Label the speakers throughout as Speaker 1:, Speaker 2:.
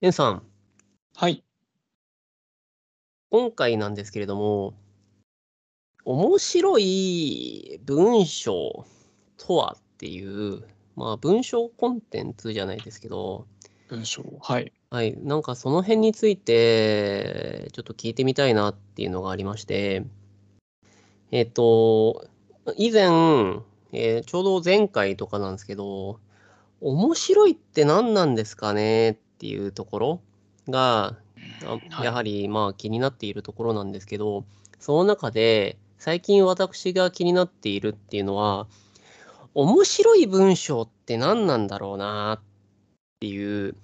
Speaker 1: ゆんさん、
Speaker 2: はい。
Speaker 1: 今回なんですけれども、面白い文章とはっていう、まあ文章コンテンツじゃないですけど、
Speaker 2: 文章。はい。
Speaker 1: はい、なんかその辺について、ちょっと聞いてみたいなっていうのがありまして、えっと、以前、えーちょうど前回とかなんですけど、面白いって何なんですかねっていうところが、あ
Speaker 2: は
Speaker 1: や
Speaker 2: い。
Speaker 1: はりまあ気になっているところなんですけど、その中で最近私が気になっているっていうのは、面白い文章って何なんだろうなっていう、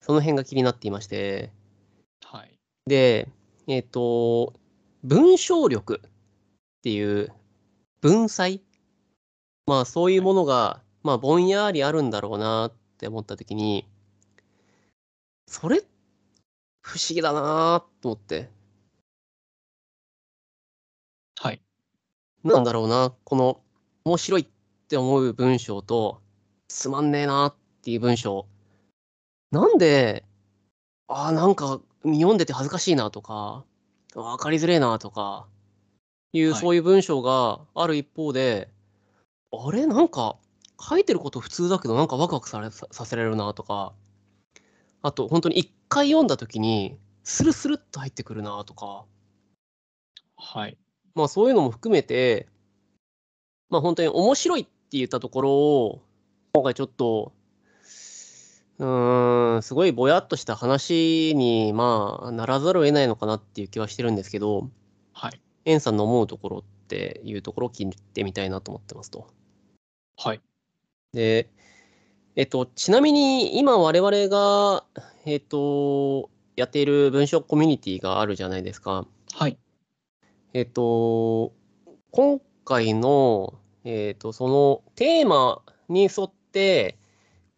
Speaker 1: その辺が気になっていまして、
Speaker 2: はい。
Speaker 1: で、えっと、文章力っていう文才まあそういう
Speaker 2: は
Speaker 1: も
Speaker 2: い。
Speaker 1: のが、まあぼんやりあるんだろうなって思った時に、それ不思議だなと思って、
Speaker 2: はい。
Speaker 1: なんだろうな、この面白いって思う文章と、つまんねえなっていう文章。なんで、ああ、なんか読んでて恥ずかしいなとか、わかりづれえなとか、いう、
Speaker 2: は
Speaker 1: そう
Speaker 2: い。
Speaker 1: いう文章がある一方で、あれ、なんか書いてること普通だけど、なんかワクワクされささせられるなとか、あと、本当に一回読んだ時に、スルスルっと入ってくるなとか、
Speaker 2: はい。
Speaker 1: まあそういうのも含めて、まあ本当に面白いって言ったところを、今回ちょっと、うーん、すごいぼやっとした話に、まあ、ならざるを得ないのかなっていう気はしてるんですけど、
Speaker 2: はい。
Speaker 1: エンさんの思うところっていうところを聞いてみたいなと思ってますと。
Speaker 2: はい。
Speaker 1: で、えっと、ちなみに今我々が、えっと、やっている文章コミュニティがあるじゃないですか。
Speaker 2: はい。
Speaker 1: えっと、今回の、えっと、そのテーマに沿って、
Speaker 2: うん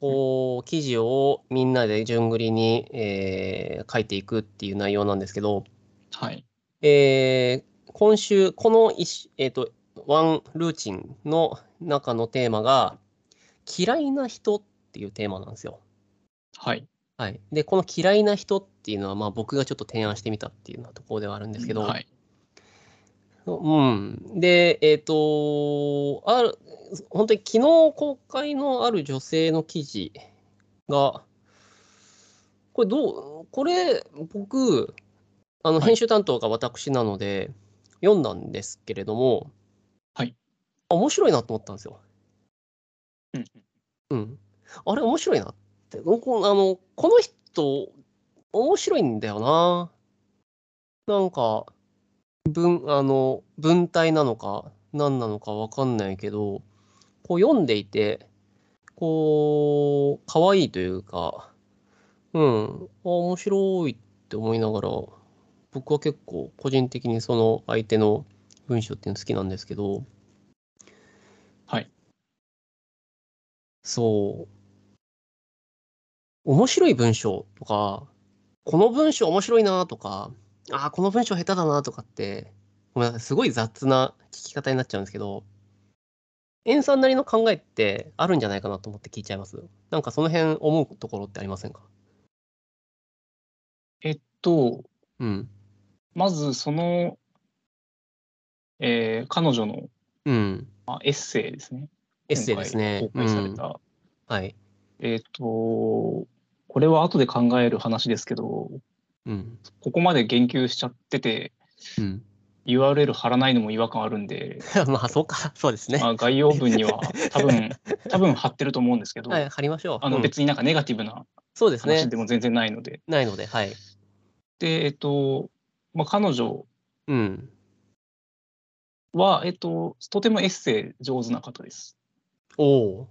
Speaker 1: こう、記事をみんなで順繰りに、えー書いていくっていう内容なんですけど、
Speaker 2: はい。
Speaker 1: えー今週、この一、えっと、ワンルーチンの中のテーマが、嫌いな人っていうテーマなんですよ。
Speaker 2: はい。
Speaker 1: はい。で、この嫌いな人っていうのは、まあ僕がちょっと提案してみたっていうようなところではあるんで
Speaker 2: う
Speaker 1: すけ
Speaker 2: ん
Speaker 1: ど、
Speaker 2: はい。
Speaker 1: うん。で、えっと、ある、本当に昨日公開のある女性の記事が、これどう、これ僕、あの
Speaker 2: は
Speaker 1: 編
Speaker 2: い。
Speaker 1: 集担当が私なので、読んだんですけれども、
Speaker 2: はい。
Speaker 1: あ面白いなと思ったんですよ。
Speaker 2: うん。
Speaker 1: うん。あれ面白いなって。うんこあの、この人、面白いんだよな。なんか、文、あの、文体なのか、何なのかわかんないけど、こう読んでいて、こう、可愛いというか、うん、あ、面白いって思いながら、僕は結構個人的にその相手の文章っていうの好きなんですけど、
Speaker 2: はい。
Speaker 1: そう、面白い文章とか、この文章面白いなとか、あー、この文章下手だなとかって、ごめんなさい、すごい雑な聞き方になっちゃうんですけど、エンさんなりの考えってあるんじゃないかなと思って聞いちゃいます。なんかその辺思うところってありませんか
Speaker 2: えっと、
Speaker 1: うん。
Speaker 2: まずその、えー彼女の、
Speaker 1: うん。
Speaker 2: まあ、エッセイですね。
Speaker 1: エッ
Speaker 2: 今
Speaker 1: セイです
Speaker 2: 回
Speaker 1: ね。
Speaker 2: 公
Speaker 1: う
Speaker 2: 開され
Speaker 1: ん。
Speaker 2: た。
Speaker 1: はい。
Speaker 2: えっと、これは後で考える話ですけど、
Speaker 1: うん。
Speaker 2: ここまで言及しちゃってて、
Speaker 1: うん。
Speaker 2: URL 貼らないのも違和感あるんで、
Speaker 1: まあ、そうか。そうです
Speaker 2: ま
Speaker 1: ね。
Speaker 2: あ、概要文には多分、多分貼ってると思うんですけ
Speaker 1: はい。
Speaker 2: ど、
Speaker 1: 貼りましょ
Speaker 2: あ
Speaker 1: う。う
Speaker 2: の
Speaker 1: ん。
Speaker 2: 別になんかネガティブな
Speaker 1: そうです
Speaker 2: 話
Speaker 1: ね。
Speaker 2: でも全然ないので。
Speaker 1: ないので、はい。
Speaker 2: で、えっと、まあ、彼女
Speaker 1: うん。
Speaker 2: は、えっと、とてもエッセイ上手な方です。
Speaker 1: おお。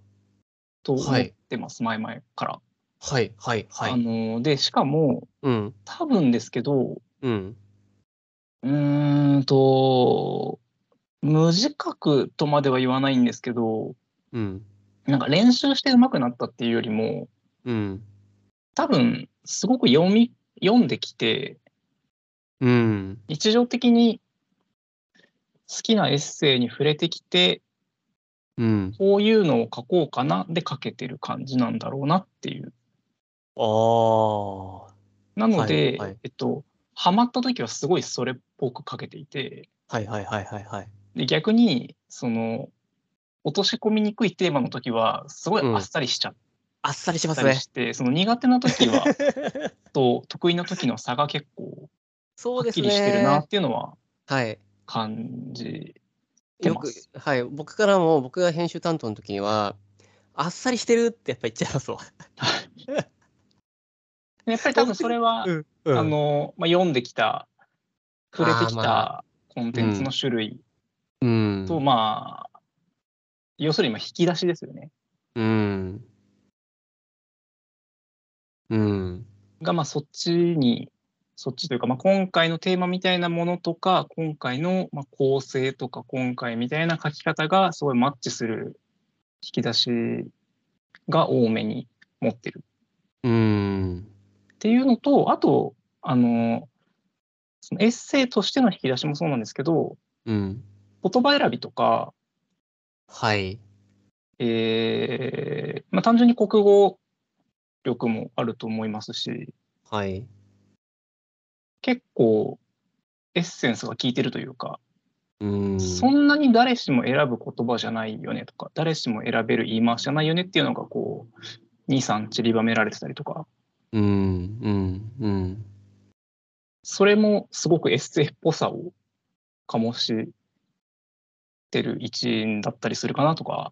Speaker 2: と
Speaker 1: は
Speaker 2: 思っ
Speaker 1: い。
Speaker 2: てます、前々から。
Speaker 1: はい。はい。は
Speaker 2: あ
Speaker 1: い。
Speaker 2: の、で、しかも、
Speaker 1: うん。
Speaker 2: 多分ですけど、
Speaker 1: うん。
Speaker 2: うーんと、無自覚とまでは言わないんですけど、
Speaker 1: うん。
Speaker 2: なんか練習して上手くなったっていうよりも、
Speaker 1: うん。
Speaker 2: 多分、すごく読み、読んできて、
Speaker 1: うん。
Speaker 2: 日常的に好きなエッセイに触れてきて、
Speaker 1: うん。
Speaker 2: こういうのを書こうかなで書けてる感じなんだろうなっていう。
Speaker 1: ああ。
Speaker 2: な
Speaker 1: は
Speaker 2: ので、
Speaker 1: いはい
Speaker 2: えっと、ハマった時はすごいそれっぽくかけていて、
Speaker 1: はいはいはいはいはい。
Speaker 2: で逆に、その、落とし込みにくいテーマの時は、すごい
Speaker 1: うん
Speaker 2: あっさりしちゃっ
Speaker 1: あっさりしま
Speaker 2: た
Speaker 1: す
Speaker 2: り
Speaker 1: ね。
Speaker 2: して、その苦手な時は、 と得意な時の差が結構、
Speaker 1: そ
Speaker 2: は
Speaker 1: う
Speaker 2: っ
Speaker 1: です
Speaker 2: き
Speaker 1: ね。
Speaker 2: りしてるなっていうのは
Speaker 1: はい。
Speaker 2: 感じて
Speaker 1: よ
Speaker 2: ま
Speaker 1: く
Speaker 2: す。、
Speaker 1: はい。僕からも、僕が編集担当の時には、あっさりしてるってやっぱ言っちゃいます わ。
Speaker 2: やっぱり多分それは、
Speaker 1: ん。うん、
Speaker 2: あ、の、まあ、読んできた、触れてき
Speaker 1: あーま
Speaker 2: たコンテンツの種類
Speaker 1: うん。
Speaker 2: と、まあ、要するにまあ引き出しですよね。
Speaker 1: うん。うん。
Speaker 2: が、まあ、そっちに、そっちというか、まあ、今回のテーマみたいなものとか、今回のまあ構成とか、今回みたいな書き方がすごいマッチする引き出しが多めに持ってる
Speaker 1: うん。
Speaker 2: っていうのと、あと、あの、そのエッセイとしての引き出しもそうなんですけど、
Speaker 1: うん。
Speaker 2: 言葉選びとか、
Speaker 1: はい。
Speaker 2: えーまあ、単純に国語力もあると思いますし、
Speaker 1: はい。
Speaker 2: 結構エッセンスが効いてるというか、
Speaker 1: うん。
Speaker 2: そんなに誰しも選ぶ言葉じゃないよねとか、誰しも選べる言い回しじゃないよねっていうのが、こう、2、3散りばめられてたりとか、
Speaker 1: うん。うん。うん。
Speaker 2: それもすごくエッセイっぽさを醸してる一因だったりするかなとか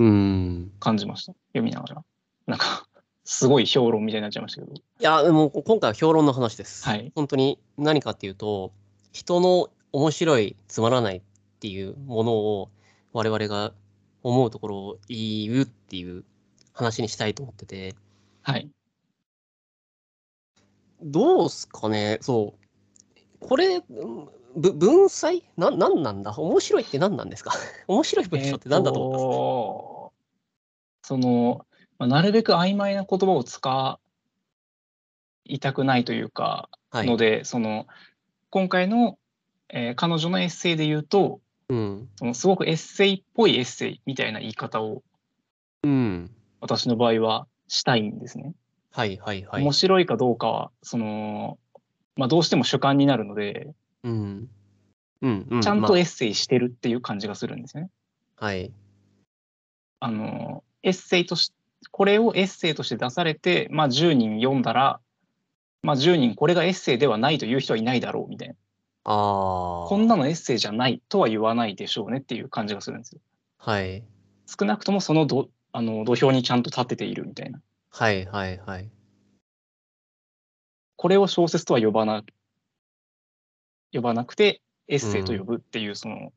Speaker 1: うん。
Speaker 2: 感じました。読みながら。なんか、すごい評論みたいになっちゃいましたけど。
Speaker 1: いや、でも今回は評論の話です。
Speaker 2: はい
Speaker 1: 本当に何かっていうと、人の面白い、つまらないっていうものを我々が思うところを言うっていう話にしたいと思ってて、
Speaker 2: はい。
Speaker 1: どうすかね、そう。これ、うんぶ文才な、なんなんだ面白いって何なんですか 面白い文章って何だと思います
Speaker 2: 思その、まあ、なるべく曖昧な言葉を使いたくないというか、
Speaker 1: はい。
Speaker 2: ので、その、今回の、えー彼女のエッセイで言うと、
Speaker 1: うん。
Speaker 2: そのすごくエッセイっぽいエッセイみたいな言い方を
Speaker 1: うん。
Speaker 2: 私の場合はしたいんですね。
Speaker 1: はいはいはい。
Speaker 2: 面白いかどうかは、その、まあ、どうしても主観になるので、
Speaker 1: うん。うん、うん。
Speaker 2: ちゃん
Speaker 1: ま
Speaker 2: とエッセイしてるっていう感じがするんですよね。
Speaker 1: あはい。
Speaker 2: あの、エッセイとし、これをエッセイとして出されて、まあ10人読んだら、まあ10人これがエッセイではないという人はいないだろうみたいな。
Speaker 1: ああ。
Speaker 2: こんなのエッセイじゃないとは言わないでしょうねっていう感じがするんですよ。
Speaker 1: はい。
Speaker 2: 少なくともそのどあの土俵にちゃんと立てているみたいな。
Speaker 1: はいはいはい。
Speaker 2: これを小説とは呼ばな、呼ばなくて、エッセイと呼ぶっていう、その、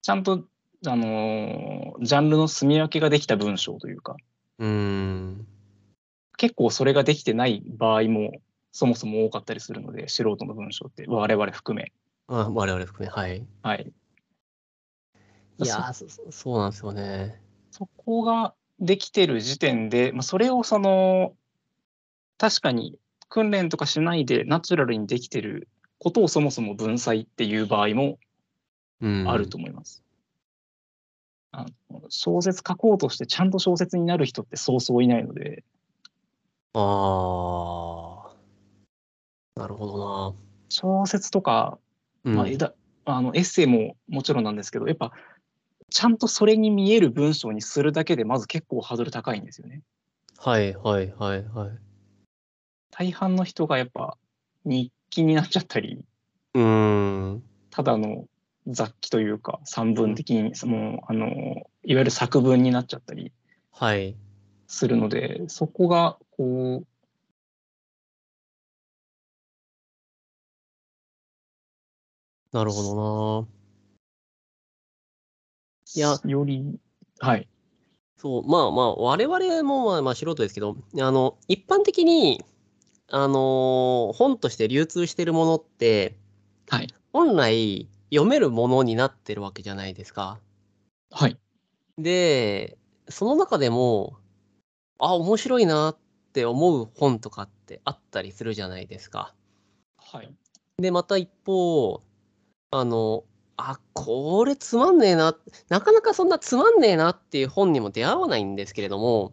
Speaker 2: ちゃんと、あのージャンルの住み分けができた文章というか、
Speaker 1: うーん。
Speaker 2: 結構それができてない場合もそもそも多かったりするので、素人の文章って、我々含め。
Speaker 1: あ我々含め、はい。
Speaker 2: はい。
Speaker 1: いやーそ、そ そうなんですよね。
Speaker 2: そこができてる時点で、まあ、それをその、確かに訓練とかしないでナチュラルにできてることをそもそも文才っていう場合も
Speaker 1: うん。
Speaker 2: あると。思います。あの小説書こうとしてちゃんと小説になる人ってそうそういないので、
Speaker 1: ああ。なるほど
Speaker 2: 小説とか、
Speaker 1: な。うん。
Speaker 2: まあだあのエッセイももちろんなんですけど、やっぱちゃんとそれに見える文章にするだけでまず結構ハードル高いんですよね。
Speaker 1: はいはいはいはい。
Speaker 2: 大半の人がやっぱ日記になっちゃったり、
Speaker 1: うーん。
Speaker 2: ただの雑記というか散文的に、そのあのいわゆる作文になっちゃったり
Speaker 1: はい。
Speaker 2: するので、そこがこう
Speaker 1: なるほどな。いや
Speaker 2: より、はい、
Speaker 1: そう、まあまあ、我々もまあまあ素人ですけど、あの、一般的に、あのー本として流通してるものって、
Speaker 2: はい、
Speaker 1: 本来読めるものになってるわけじゃないですか。
Speaker 2: はい、
Speaker 1: で、その中でも、あ、面白いなって思う本とかってあったりするじゃないですか。
Speaker 2: はい、
Speaker 1: で、また一方、あの、あ、これつまんねえな、なかなかそんなつまんねえなっていう本にも出会わないんですけれども、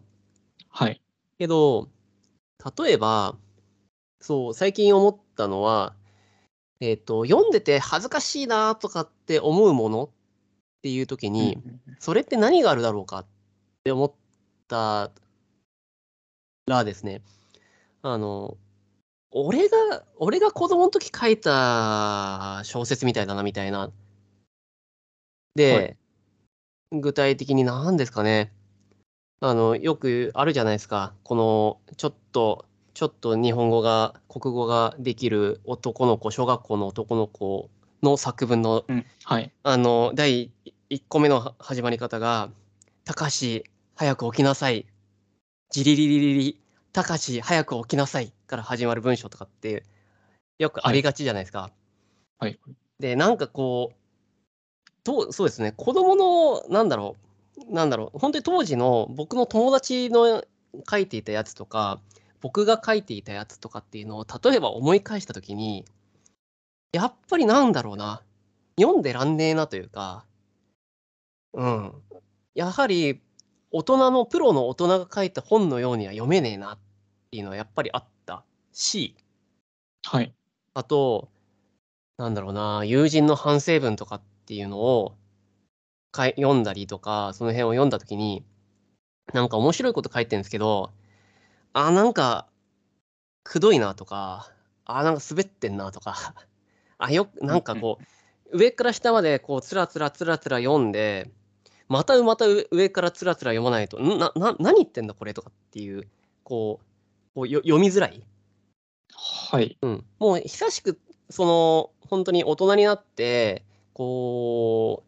Speaker 2: はい、
Speaker 1: けど、例えば、そう、最近思ったのは、えっ、と、読んでて恥ずかしいなとかって思うものっていう時に、
Speaker 2: うん
Speaker 1: それって何があるだろうかって思ったらですね、あの、俺が、俺が子供の時書いた小説みたいだな、みたいな。で、具体的に何ですかね。あの、よくあるじゃないですか。この、ちょっと、ちょっと日本語が、国語ができる男の子、小学校の男の子の作文の
Speaker 2: うんはい。
Speaker 1: あの第1個目のは始まり方が「たかし早く起きなさい」「じりりりりり」「たかし早く起きなさい」から始まる文章とかってよくありがちじゃないですか。
Speaker 2: はい。
Speaker 1: でなんかこうどうそうですね子供のなんだろうなんだろう本当に当時の僕の友達の書いていたやつとか僕が書いていたやつとかっていうのを例えば思い返した時にやっぱりなんだろうな読んでらんねえなというかうんやはり大人のプロの大人が書いた本のようには読めねえなっていうのはやっぱりあったし
Speaker 2: はい。
Speaker 1: あと、なんだろうな、友人の反省文とかっていうのをかい読んだりとか、その辺を読んだときに、なんか面白いこと書いてるんですけど、あ、なんか、くどいなとか、あ、なんか滑ってんなとか、 あ、よく、なんかこう、上から下までこう、つらつらつらつら読んで、またまた上上からつらつら読まないと、んな、な、何言ってんだこれとかっていう、こう、こうよ読みづらい。
Speaker 2: はい。
Speaker 1: うん、もう久しくその本当に大人になってこ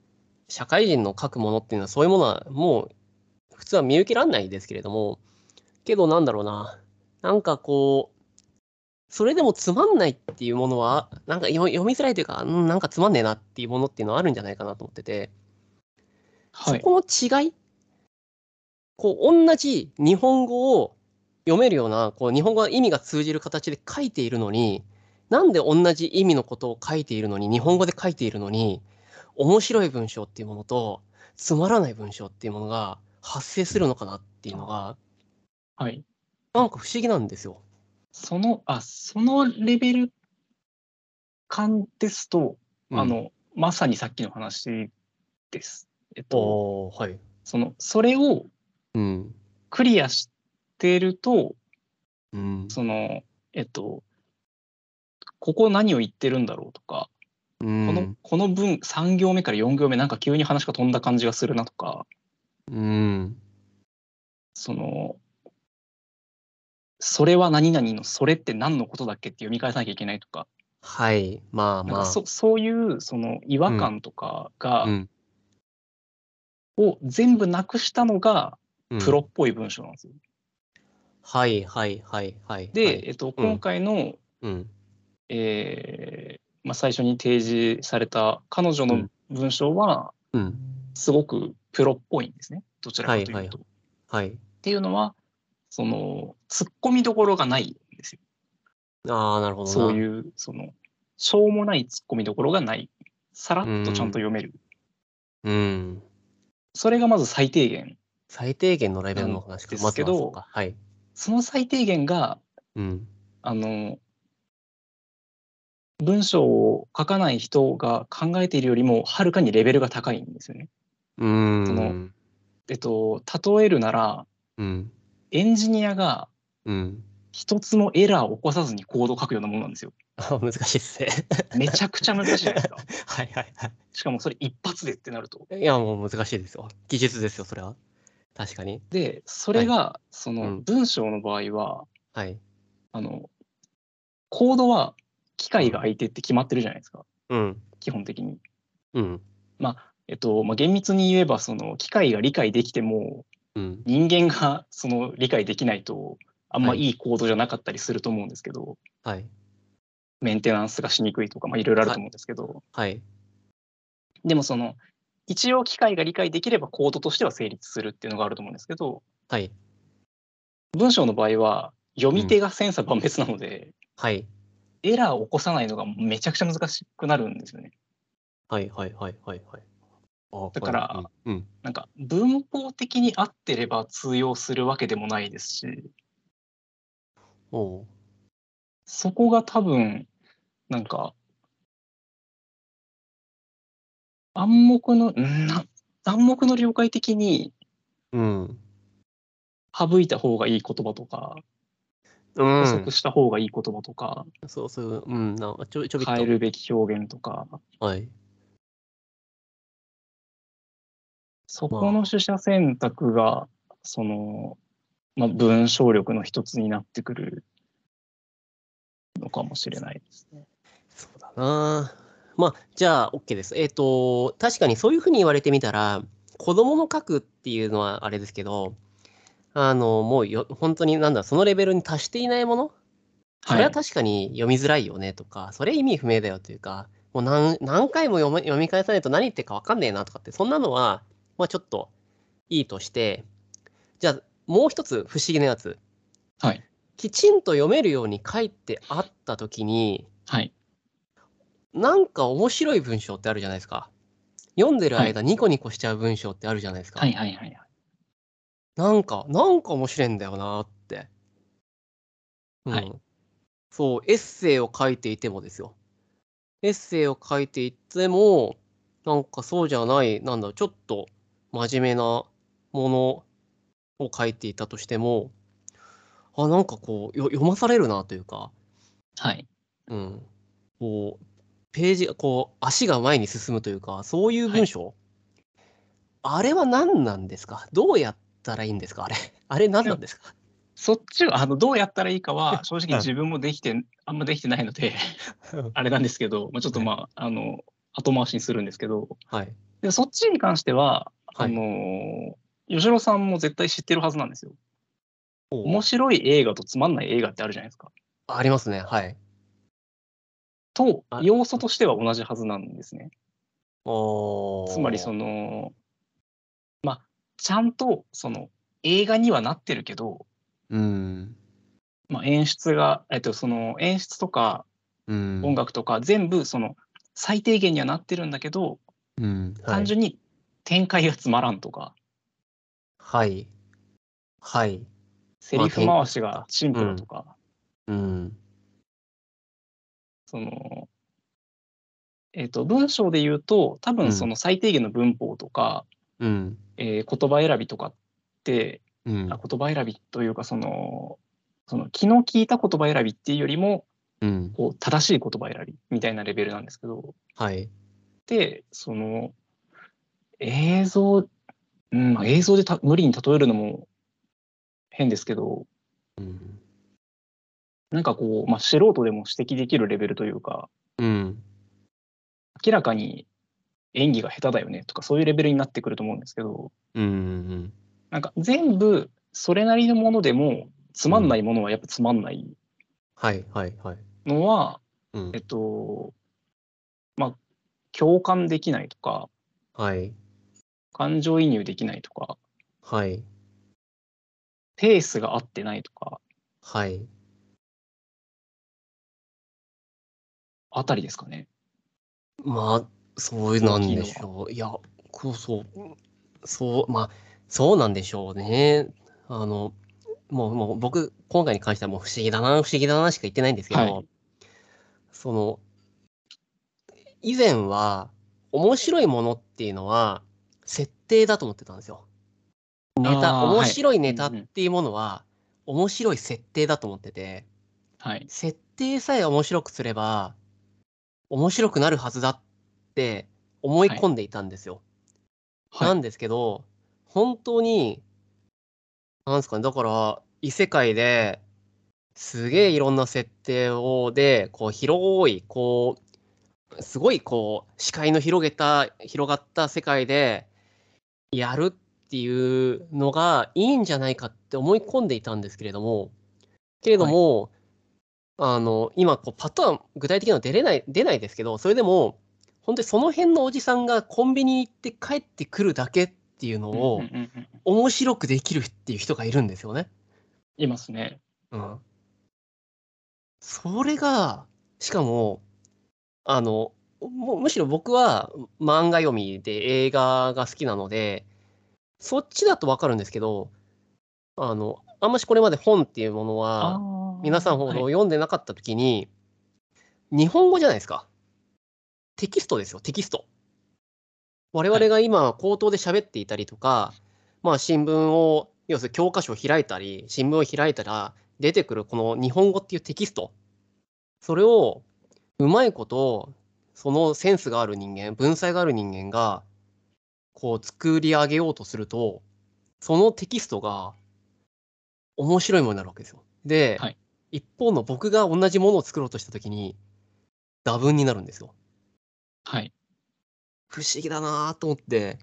Speaker 1: う社会人の書くものっていうのはそういうものはもう普通は見受けられないですけれどもけどなんだろうななんかこうそれでもつまんないっていうものはなんかよ読みづらいというか、うん、なんかつまんねえなっていうものっていうのはあるんじゃないかなと思ってて
Speaker 2: は
Speaker 1: そ
Speaker 2: い。
Speaker 1: この違いこう同じ日本語を読めるようなこう日本語が意味が通じる形で書いているのになんで同じ意味のことを書いているのに日本語で書いているのに面白い文章っていうものとつまらない文章っていうものが発生するのかなっていうのが
Speaker 2: はい。
Speaker 1: なんか不思議なんですよ。
Speaker 2: その、あ、そのレベル感ですと、あの、まさにさっきの話です。えっ
Speaker 1: うん
Speaker 2: と、
Speaker 1: おーはい。
Speaker 2: その、それを
Speaker 1: うん。
Speaker 2: クリアしてると、
Speaker 1: うん。
Speaker 2: その、えっと、ここ何を言ってるんだろうとか、
Speaker 1: うん
Speaker 2: この、この文、3行目から4行目、なんか急に話が飛んだ感じがするなとか、
Speaker 1: うん。
Speaker 2: その、それは何々のそれって何のことだっけって読み返さなきゃいけないとか、
Speaker 1: はい。まあ
Speaker 2: なん
Speaker 1: ま
Speaker 2: か
Speaker 1: あ。
Speaker 2: そそういうその違和感とかが、
Speaker 1: うん
Speaker 2: を全部なくしたのが
Speaker 1: うん
Speaker 2: プロっぽい文章なんですよ。
Speaker 1: はいはいはいはい。
Speaker 2: で、
Speaker 1: はい
Speaker 2: えっと、
Speaker 1: うん
Speaker 2: 今回の、
Speaker 1: うん。
Speaker 2: えーまあ、最初に提示された彼女
Speaker 1: う
Speaker 2: の
Speaker 1: ん
Speaker 2: 文章は
Speaker 1: うん。
Speaker 2: すごくプロっぽいんですねどちらかというと。
Speaker 1: はいはい
Speaker 2: っ
Speaker 1: はい。
Speaker 2: ていうのはその突っ込みどころがないんですよ。
Speaker 1: ああ、なるほどな。
Speaker 2: そういうそのしょうもない突っ込みどころがないさらっとちゃんと読める、
Speaker 1: うん。
Speaker 2: それがまず最低限
Speaker 1: 最低限のレベルの話か。
Speaker 2: なんですけど
Speaker 1: まずはそうかはい。
Speaker 2: その最低限が
Speaker 1: うん。
Speaker 2: あの文章を書かない人が考えているよりもはるかにレベルが高いんですよね。
Speaker 1: う
Speaker 2: そ
Speaker 1: ん
Speaker 2: の。えっと、例えるなら
Speaker 1: うん。
Speaker 2: エンジニアが
Speaker 1: うん。
Speaker 2: 一つもエラーを起こさずにコードを書くようなものなんですよ。
Speaker 1: あ難しいっすね。
Speaker 2: めちゃくちゃ難しいじゃないですか。
Speaker 1: はいはいは
Speaker 2: しかもそれ一発でってなると。
Speaker 1: い。いや、もう難しいですよ。技術ですよ、それは。確かに。
Speaker 2: でそれがそうの
Speaker 1: ん
Speaker 2: 文章の場合は、
Speaker 1: はい。
Speaker 2: あのコードは機械が相手って決まってるじゃないですか
Speaker 1: うん。
Speaker 2: 基本的に。
Speaker 1: うん。
Speaker 2: えっとまあ、厳密に言えばその機械が理解できても
Speaker 1: うん。
Speaker 2: 人間が その理解できないとあんま
Speaker 1: はい
Speaker 2: いいコードじゃなかったりすると思うんですけど、
Speaker 1: はい。
Speaker 2: メンテナンスがしにくいとかまあいろいろあると思うんですけど、
Speaker 1: はい。
Speaker 2: でもその一応機械が理解できればコードとしては成立するっていうのがあると思うんですけど
Speaker 1: はい。
Speaker 2: 文章の場合は読み手が千差万別なので、
Speaker 1: はい。
Speaker 2: エラーを起こさないのがめちゃくちゃ難しくなるんですよね。
Speaker 1: はい。はい。はい。はい。はい。あ
Speaker 2: だから、
Speaker 1: これうん。
Speaker 2: なんか文法的に合ってれば通用するわけでもないですし
Speaker 1: おう
Speaker 2: そこが多分、なんか、暗黙の、んな暗黙の了解的に
Speaker 1: うん。
Speaker 2: 省いた方がいい言葉とか、
Speaker 1: う
Speaker 2: 補
Speaker 1: ん
Speaker 2: 足。した方がいい言葉とか、
Speaker 1: そうそういう、うん、なんかちょちょびっと。
Speaker 2: 変えるべき表現とか、
Speaker 1: はい。
Speaker 2: そこの取捨選択が、その、まあ、文章力の一つになってくるのかもしれないですね。
Speaker 1: そうだな。まあ、じゃあ、OK です。えっ、と、確かにそういうふうに言われてみたら、子供の書くっていうのはあれですけど、あの、もうよ、本当になんだ、そのレベルに達していないものそ
Speaker 2: は。
Speaker 1: れはい確かに読みづらいよねとか、それ意味不明だよというか、もう何何回も読み読み返さないと何言ってるか分かんねえなとかって、そんなのは、まあちょっといいとして、じゃあもう一つ不思議なやつ。
Speaker 2: はい。
Speaker 1: きちんと読めるように書いてあった時に、
Speaker 2: はい。
Speaker 1: なんか面白い文章ってあるじゃないですか。読んでる間ニコニコしちゃう文章ってあるじゃないですか。
Speaker 2: はい。はい。はい。
Speaker 1: なんか、なんか面白いんだよなって。うん
Speaker 2: はい
Speaker 1: そう、エッセイを書いていてもですよ。エッセイを書いていても、なんかそうじゃない、なんだろう、ちょっと真面目なものを書いていたとしても、あ、なんかこう、よ読まされるなというか、
Speaker 2: はい。
Speaker 1: うん。こう、ページが、こう、足が前に進むというか、そういう文章、あれは何なんですかどうやったらいいんですかあれ。 あれ何なんですか
Speaker 2: そっちはあのどうやったらいいか は正直自分もできてあんまできてないのであれなんですけど、まあ、ちょっとまああの後回しにするんですけど
Speaker 1: はい。
Speaker 2: でそっちに関しては
Speaker 1: は
Speaker 2: あ
Speaker 1: い
Speaker 2: の、吉野さんも絶対知ってるはずなんですよ。
Speaker 1: おう
Speaker 2: 面白い映画とつまんない映画ってあるじゃないですか。
Speaker 1: ありますね。はい。
Speaker 2: と
Speaker 1: あ
Speaker 2: 要素としては同じはずなんですね。
Speaker 1: おー
Speaker 2: つまりそのまあちゃんとその映画にはなってるけど、
Speaker 1: うん。
Speaker 2: まあ、演出が、えっと、その演出とか
Speaker 1: うん。
Speaker 2: 音楽とか全部その最低限にはなってるんだけど
Speaker 1: うん。はい
Speaker 2: 単純に展開がつまらんとか
Speaker 1: はい。はい。
Speaker 2: セリフ回しがシンプルとか
Speaker 1: うん。
Speaker 2: そのえっと文章で言うと多
Speaker 1: うん
Speaker 2: 分その最低限の文法とか
Speaker 1: うん。
Speaker 2: えー言葉選びとかって
Speaker 1: うん
Speaker 2: あ。言葉選びというかそのその気の利いた言葉選びっていうよりも
Speaker 1: うん。
Speaker 2: こう正しい言葉選びみたいなレベルなんですけど
Speaker 1: はい。
Speaker 2: でその映像、うん、まあ映像でた無理に例えるのも変ですけど
Speaker 1: うん。
Speaker 2: なんかこう、まあ、素人でも指摘できるレベルというか
Speaker 1: うん。
Speaker 2: 明らかに演技が下手だよねとかそういうレベルになってくると思うんですけど
Speaker 1: うん。
Speaker 2: なんか全部それなりのものでもつまんないものはやっぱつまんない
Speaker 1: はい。はい。はい。
Speaker 2: のは、
Speaker 1: うん
Speaker 2: えっとまあ共感できないとか
Speaker 1: はい。
Speaker 2: 感情移入できないとか
Speaker 1: はい。
Speaker 2: ペースが合ってないとか
Speaker 1: はい。
Speaker 2: あたりですかね。
Speaker 1: まあ、そうなんでしょう。いや、こうそう、そう、まあ、そうなんでしょうね。あの、もう、もう僕、今回に関してはもう不思議だな、不思議だなしか言ってないんですけど、
Speaker 2: はい
Speaker 1: その、以前は、面白いものっていうのは、設定だと思ってたんですよ。ネタ、
Speaker 2: あーはい
Speaker 1: 面白いネタっていうものは、面白い設定だと思ってて、
Speaker 2: はい、
Speaker 1: 設定さえ面白くすれば面白くなるはずだって思い込んでいたんですよ。
Speaker 2: はい
Speaker 1: なんですけど本当になんですかねだから異世界ですげえいろんな設定をでこう広いこうすごいこう視界の広げた広がった世界でやるっていうのがいいんじゃないかって思い込んでいたんですけれどもけれども、あの今こうパターン具体的なの出れない出ないですけどそれでも本当にその辺のおじさんがコンビニ行って帰ってくるだけっていうのを
Speaker 2: うんうんうんうん
Speaker 1: 面白くできるっていう人がいるんですよね。
Speaker 2: いますね。
Speaker 1: うん、それがしかもあのもむしろ僕は漫画読みで映画が好きなのでそっちだと分かるんですけどあのあんましこれまで本っていうものは皆さんほど
Speaker 2: はい
Speaker 1: 読んでなかった時に、日本語じゃないですか。テキストですよ、テキスト。我々が今、口頭で喋っていたりとか、まあ、新聞を、要するに教科書を開いたり、新聞を開いたら、出てくるこの日本語っていうテキスト。それを、うまいこと、そのセンスがある人間、文才がある人間が、こう、作り上げようとすると、そのテキストが、面白いものになるわけですよ。で、
Speaker 2: はい
Speaker 1: 一方の僕が同じものを作ろうとした時に打分になるんですよ。
Speaker 2: はい。
Speaker 1: 不思議だなと思って。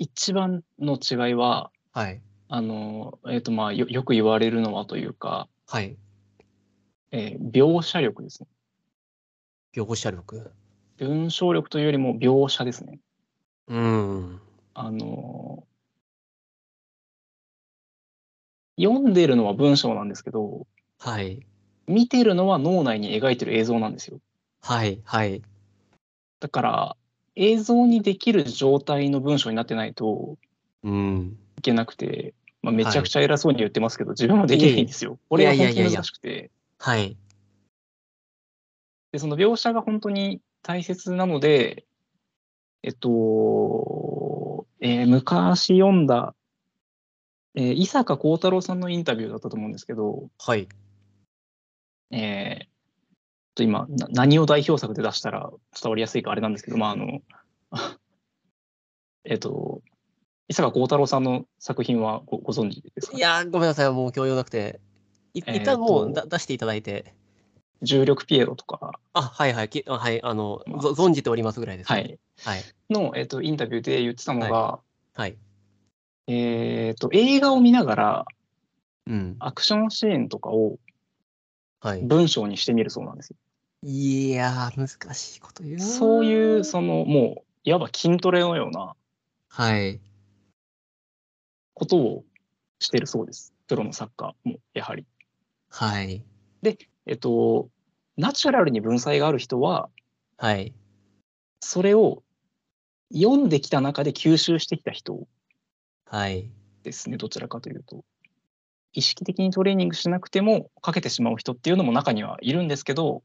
Speaker 2: 一番の違いは、
Speaker 1: はい。
Speaker 2: あの、えっ、と、まあよ、よく言われるのはというか、
Speaker 1: はい。
Speaker 2: えー描写力ですね。
Speaker 1: 描写力。
Speaker 2: 文章力というよりも描写ですね。
Speaker 1: うん。
Speaker 2: あの、読んでるのは文章なんですけど、
Speaker 1: はい。
Speaker 2: 見てるのは脳内に描いてる映像なんですよ。
Speaker 1: はい。はい。
Speaker 2: だから、映像にできる状態の文章になってないと
Speaker 1: うん。
Speaker 2: いけなくて、まあ、めちゃくちゃ偉そうに言ってますけど、自分もできないんですよ。これが本当に難しくて。
Speaker 1: はい。
Speaker 2: で、その描写が本当に大切なので、えっと、えー昔読んだ、えー伊坂幸太郎さんのインタビューだったと思うんですけど、
Speaker 1: はい。
Speaker 2: えーちょっと今な何を代表作で出したら伝わりやすいかあれなんですけど、まああの、 えっと、伊坂幸太郎さんの作品はごご存知ですか
Speaker 1: いやーごめんなさい。もう教養なくて。い
Speaker 2: えーと
Speaker 1: 一旦もうだ、出していただいて。
Speaker 2: 重力ピエロとか、
Speaker 1: あ、はいはい。きあはい。あの、
Speaker 2: まあ
Speaker 1: ぞ存じておりますぐらいです、
Speaker 2: は
Speaker 1: ね。
Speaker 2: い、
Speaker 1: はい。
Speaker 2: の、えっと、インタビューで言ってたのが、
Speaker 1: はい。
Speaker 2: えっと、映画を見ながら
Speaker 1: うん。
Speaker 2: アクションシーンとかを
Speaker 1: はい。
Speaker 2: 文章にしてみるそうなんですよ。
Speaker 1: いやー、難しいこと言うなー
Speaker 2: そういう、その、もう、いわば筋トレのような
Speaker 1: はい。
Speaker 2: ことをしてるそうです。プロのサッカーも、やはり。
Speaker 1: はい。
Speaker 2: えっと、ナチュラルに文才がある人は、
Speaker 1: はい。
Speaker 2: それを読んできた中で吸収してきた人
Speaker 1: はい。
Speaker 2: ですね、どちらかというと。意識的にトレーニングしなくてもかけてしまう人っていうのも中にはいるんですけど、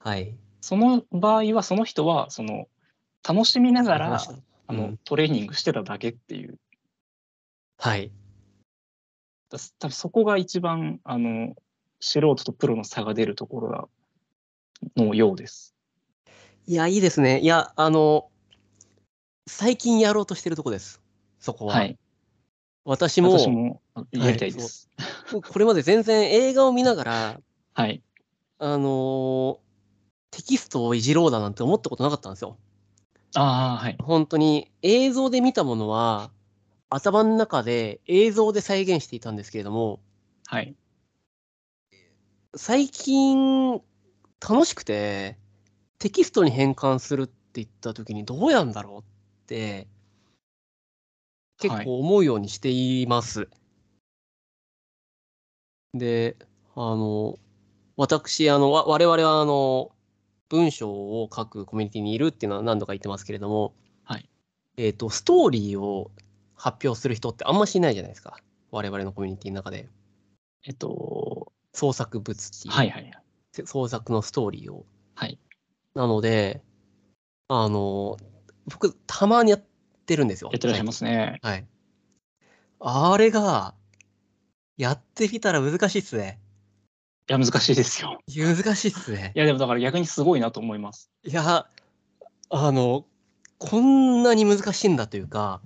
Speaker 1: はい。
Speaker 2: その場合はその人は、その、楽しみなが
Speaker 1: わかりま
Speaker 2: ら
Speaker 1: し、た
Speaker 2: あ
Speaker 1: う
Speaker 2: の
Speaker 1: ん、
Speaker 2: トレーニングしてただけっていう。
Speaker 1: はい。
Speaker 2: だ多分そこが一番あの素人とプロの差が出るところだのようです。
Speaker 1: いや、いいですね。いや、あの、最近やろうとしてるとこです。そこは。
Speaker 2: はい。
Speaker 1: 私も、
Speaker 2: 私もやりたいです。
Speaker 1: これまで全然映画を見ながら、
Speaker 2: はい。
Speaker 1: あのーテキストをいじろうだなんて思ったことなかったんですよ。
Speaker 2: ああ、はい。
Speaker 1: 本当に映像で見たものは、頭の中で映像で再現していたんですけれども、
Speaker 2: はい。
Speaker 1: 最近楽しくてテキストに変換するって言った時にどうやんだろうって結構思うようにしています。であの私あのわ我々はあの文章を書くコミュニティにいるっていうのは何度か言ってますけれども、
Speaker 2: はい
Speaker 1: えっとストーリーを発表する人ってあんましいないじゃないですか我々のコミュニティの中で
Speaker 2: えっと、
Speaker 1: 創作物っていう
Speaker 2: はいはいはい。
Speaker 1: 創作のストーリーを。
Speaker 2: はい。
Speaker 1: なので、あの、僕、たまにやってるんですよ。
Speaker 2: やってらっしゃいますね。
Speaker 1: はい。はいあれが、やってみたら難しいっすね。
Speaker 2: いや、難しいですよ。
Speaker 1: 難しいっすね
Speaker 2: い。や、でもだから逆にすごいなと 思います。
Speaker 1: いや、あの、こんなに難しいんだというか、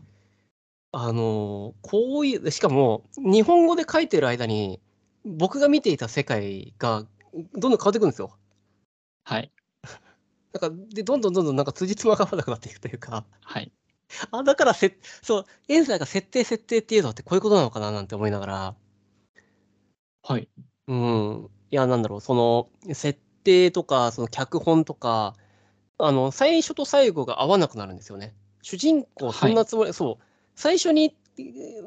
Speaker 1: あの、こういう、しかも、日本語で書いてる間に、僕が見ていた世界が、どんどん変わってくるんですよ。
Speaker 2: はい。
Speaker 1: なんか、で、どんどんどんどん、なんか、辻褄が合わなくなっていくというか。
Speaker 2: はい。
Speaker 1: あ、だからせ、そう、エンさんが設定設定っていうのってこういうことなのかななんて思いながら、
Speaker 2: はい。
Speaker 1: うん。いや、なんだろう、その、設定とか、その脚本とか、あの、最初と最後が合わなくなるんですよね。主人公、そんなつもり、そう、最初に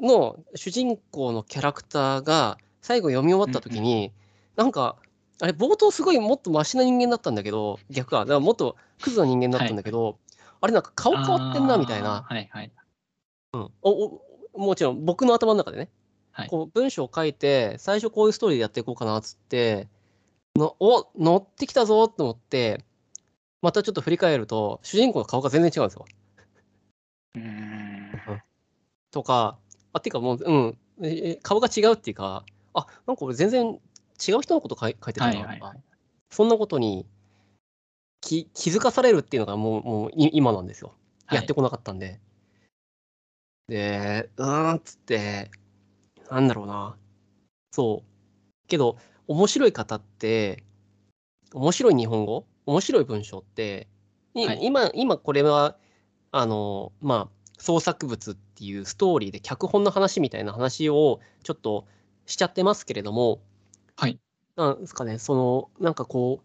Speaker 1: の主人公のキャラクターが、最後読み終わった時に、なんか、あれ、冒頭すごいもっとマシな人間だったんだけど、逆か、だからもっとクズな人間だったんだけど、あれ、なんか顔変わってんな、みたいな
Speaker 2: あ。ーはいはい。
Speaker 1: おおもちろん僕の頭の中でね。
Speaker 2: はい
Speaker 1: こう文章を書いて、最初こういうストーリーでやっていこうかなっつって、のお乗ってきたぞと思って、またちょっと振り返ると、主人公の顔が全然違うんですよ。
Speaker 2: うーん
Speaker 1: とか、あ、ていうかもう、うん、ええ顔が違うっていうか、あ、なんか俺全然違う人のこと書い書いてたな
Speaker 2: は
Speaker 1: と
Speaker 2: い
Speaker 1: か、
Speaker 2: はいはい。
Speaker 1: そんなことに気気づかされるっていうのがもうもうい今なんですよ。
Speaker 2: はい
Speaker 1: やってこなかったんで。で、うーんっつって、なんだろうな。そう。けど、面白い方って、面白い日本語、面白い文章って、い
Speaker 2: はい
Speaker 1: 今、今これは、あの、まあ、創作物っていうストーリーで脚本の話みたいな話をちょっとしちゃってますけれども、
Speaker 2: はい。
Speaker 1: なんですかね、その、なんかこ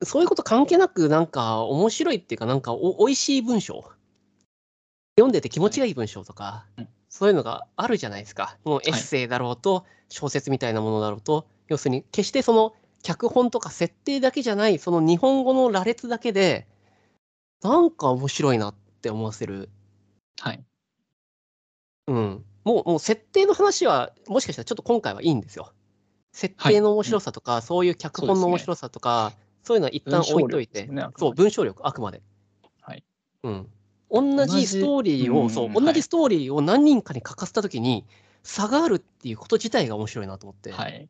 Speaker 1: う、そういうこと関係なく、なんか面白いっていうか、なんかおおいしい文章。読んでて気持ちがいい文章とか、そういうのがあるじゃないですか。もうエッセイだろうと、小説みたいなものだろうと、要するに、決してその脚本とか設定だけじゃない、その日本語の羅列だけで、なんか面白いなって思わせる。
Speaker 2: はい。
Speaker 1: うん。もう、もう設定の話は、もしかしたらちょっと今回はいいんですよ。設定の面白さとか、そういう脚本の面白さとか、そういうのは一旦置いといて、
Speaker 2: 文章力ですねあくまで
Speaker 1: そう、文章力、あくまで。
Speaker 2: はい。
Speaker 1: うん。同
Speaker 2: 同
Speaker 1: じ
Speaker 2: じ
Speaker 1: ストーリー
Speaker 2: う
Speaker 1: を、
Speaker 2: ん
Speaker 1: そう、
Speaker 2: はい
Speaker 1: 同じストーリーを何人かに書かせたときに、差があるっていうこと自体が面白いなと思って、
Speaker 2: はい。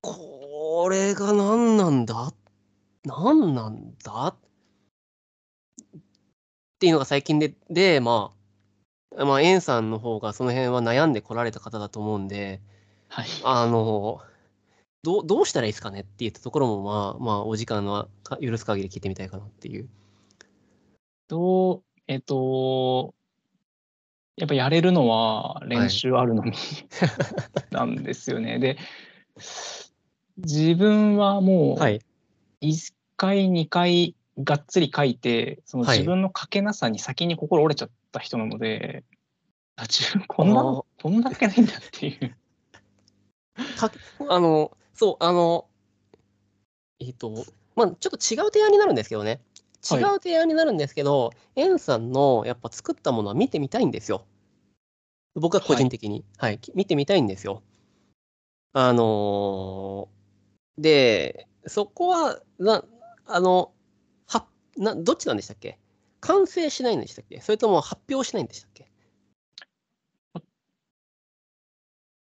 Speaker 1: これが何なんだ何なんだっていうのが最近で、で、まあ、まあ、エンさんの方がその辺は悩んでこられた方だと思うんで、
Speaker 2: はい。
Speaker 1: あの、どうどうしたらいいですかねって言ったところも、まあ、まあ、お時間はか許す限り聞いてみたいかなっていう。
Speaker 2: と、えっと、やっぱやれるのは練習あるのみ なんですよね。で、自分はもう
Speaker 1: はい。
Speaker 2: 1回、2回がっつり書いて、その
Speaker 1: はい
Speaker 2: 自分の書けなさに先に心折れちゃった人なので、あ自分こん
Speaker 1: あ
Speaker 2: な
Speaker 1: ー
Speaker 2: の、こんなわけないんだっていう。
Speaker 1: かあの、そう、あの、えっ、と、まあ、ちょっと違う提案になるんですけどね。違
Speaker 2: は
Speaker 1: う
Speaker 2: い
Speaker 1: 提案になるんですけど、エンさんのやっぱ作ったものは見てみたいんですよ。僕は個人的に。はい、き見てみたいんですよ。あのーで、そこは、な、あの、は、な、どっちなんでしたっけ完成しないんでしたっけそれとも発表しないんでしたっけ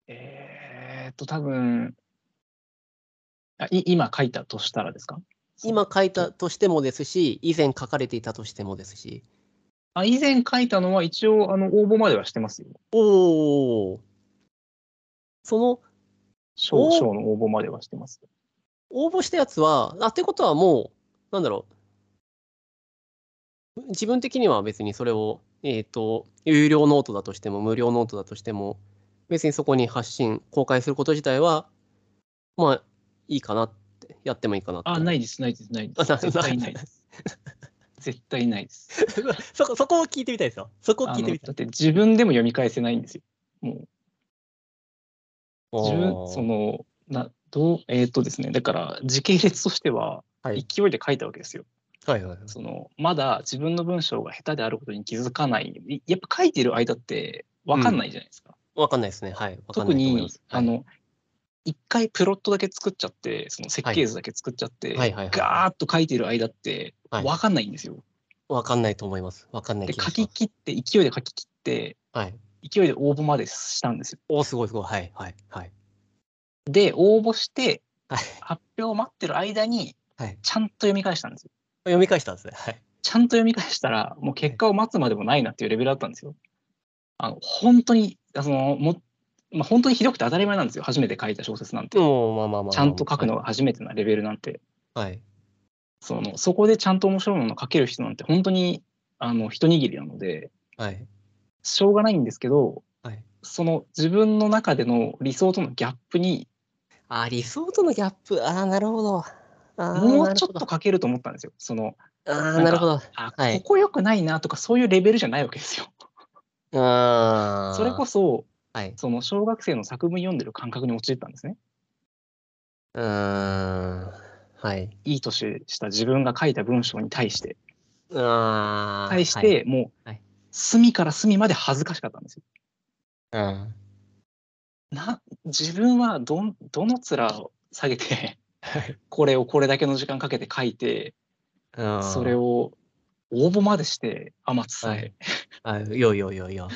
Speaker 2: えーっと、多分あい今書いたとしたらですか
Speaker 1: 今書いたとしてもですし、以前書かれていたとしてもですし。
Speaker 2: あ以前書いたのは一応あの応募まではしてますよ。
Speaker 1: おお。そのお
Speaker 2: 賞賞の応募まではしてます。
Speaker 1: 応募したやつは、あ、ってことはもう、なんだろう。自分的には別にそれを、えっ、と、有料ノートだとしても、無料ノートだとしても、別にそこに発信、公開すること自体は、まあ、いいかなって、やってもいいかなって。。
Speaker 2: あ、ないいです、ないです、ないで
Speaker 1: あ
Speaker 2: す。
Speaker 1: な
Speaker 2: 絶対ないです。絶対ないです。
Speaker 1: そこ、そこを聞いてみたいですよ。そこを
Speaker 2: あ
Speaker 1: 聞いて
Speaker 2: の
Speaker 1: み
Speaker 2: だ
Speaker 1: たい。
Speaker 2: って自分でも読み返せないんですよ。もう自分、そ、の、などうえーっとですね、だから時系列としては
Speaker 1: はい
Speaker 2: 勢いで書いたわけですよ。
Speaker 1: はいはいはい。
Speaker 2: そのまだ自分の文章が下手であることに気づかない。いやっぱ書いてる間って分かんないじゃないですか。
Speaker 1: わかんないですね。はい。わかんな
Speaker 2: 特
Speaker 1: いと思い
Speaker 2: に
Speaker 1: ます。
Speaker 2: あの一回プロットだけ作っちゃってその設計図だけ作っちゃって、
Speaker 1: はいはいはいはい
Speaker 2: ガーッと書いてる間って
Speaker 1: はい
Speaker 2: 分かんないんですよ。
Speaker 1: はい、わかんないと思います。わかんない
Speaker 2: で
Speaker 1: 気が
Speaker 2: 書
Speaker 1: します。
Speaker 2: き切って勢いで書き切って
Speaker 1: はい。
Speaker 2: 勢いで応募までしたんですよ。
Speaker 1: おーすごいすごい。はいはいはい。
Speaker 2: で応募して
Speaker 1: はい
Speaker 2: 発表を待ってる間に
Speaker 1: はい。
Speaker 2: ちゃんと読み返したんですよ。
Speaker 1: 読み返したんですね。はい。
Speaker 2: ちゃんと読み返したらもう結果を待つまでもないなっていうレベルだったんですよ。あの本当にあそのも、まあ、本当にひどくて当たり前なんですよ初めて書いた小説なんて。
Speaker 1: もうまあまあまあまあまあ。
Speaker 2: ちゃんと書くのが初めてなレベルなんて。
Speaker 1: はい。
Speaker 2: そのそこでちゃんと面白いものを書ける人なんて本当にあの一握りなので
Speaker 1: はい。
Speaker 2: しょうがないんですけど、
Speaker 1: はい
Speaker 2: その自分の中での理想とのギャップに
Speaker 1: あ、理想とのギャップ。ああ、なるほど。あー
Speaker 2: もうちょっ。
Speaker 1: なる
Speaker 2: と書けると思ったんですよ。その
Speaker 1: ほどあー、
Speaker 2: んか
Speaker 1: なるほど。あ
Speaker 2: あ、
Speaker 1: はい
Speaker 2: ここ良くないなとかそういうレベルじゃないわけですよ。
Speaker 1: あー。
Speaker 2: それこそ
Speaker 1: はい。
Speaker 2: その小学生の作文読んでる感覚に陥ったんですね。
Speaker 1: うーん。はい。
Speaker 2: いい年した自分が書いた文章に対して
Speaker 1: あー。
Speaker 2: 対し
Speaker 1: はい。
Speaker 2: てもう
Speaker 1: はい
Speaker 2: 隅から隅まで恥ずかしかったんですよ。
Speaker 1: うん。
Speaker 2: な自分はどんどの面を下げて
Speaker 1: はい
Speaker 2: これをこれだけの時間かけて書いて
Speaker 1: うん。
Speaker 2: それを応募までして天津さ
Speaker 1: は
Speaker 2: え
Speaker 1: い
Speaker 2: っ
Speaker 1: あ、よいよいよいよ。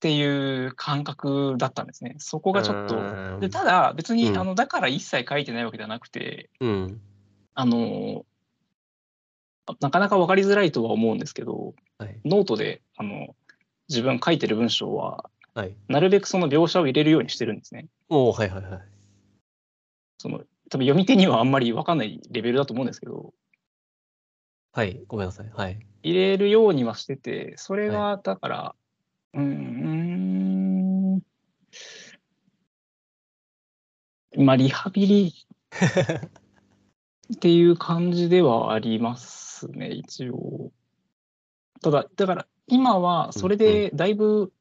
Speaker 2: ていう感覚だったんですね。そこがちょっと
Speaker 1: うん
Speaker 2: でただ別に、
Speaker 1: うん
Speaker 2: あのだから一切書いてないわけではなくて
Speaker 1: うん。
Speaker 2: あのなかなか分かりづらいとは思うんですけど
Speaker 1: はい。
Speaker 2: ノートであの自分書いてる文章は
Speaker 1: はい。
Speaker 2: なるべくその描写を入れるようにしてるんですね。
Speaker 1: おーはいはいはい。
Speaker 2: その多分読み手にはあんまり分かんないレベルだと思うんですけど
Speaker 1: はい。ごめんなさい。はい。
Speaker 2: 入れるようにはしててそれはだから、うーんうーんまあリハ ビリっていう感じではありますね一応。ただだから今はそれでだいぶ、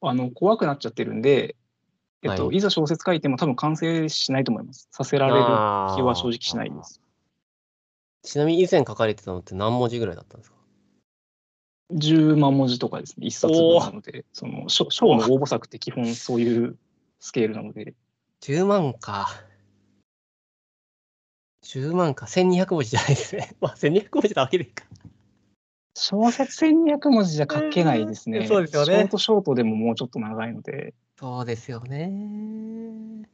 Speaker 2: あの怖くなっちゃってるんで、えっと、
Speaker 1: はい
Speaker 2: ざ小説書いても多分完成しないと思います。させられる気は正直しないです。
Speaker 1: ちなみに以前書かれてたのって何文字ぐらいだったんですか
Speaker 2: 10万文字とかですね、一冊分なので、その賞賞の応募作って基本そういうスケールなので、
Speaker 1: ?10 万か。10万か。1200文字じゃないですね。 まあ、1200文字だけでいいか。
Speaker 2: 小説1200文字じゃ書けないです
Speaker 1: う
Speaker 2: ね。
Speaker 1: んそうですよね
Speaker 2: ショートショートでももうちょっと長いので、
Speaker 1: そうですよね。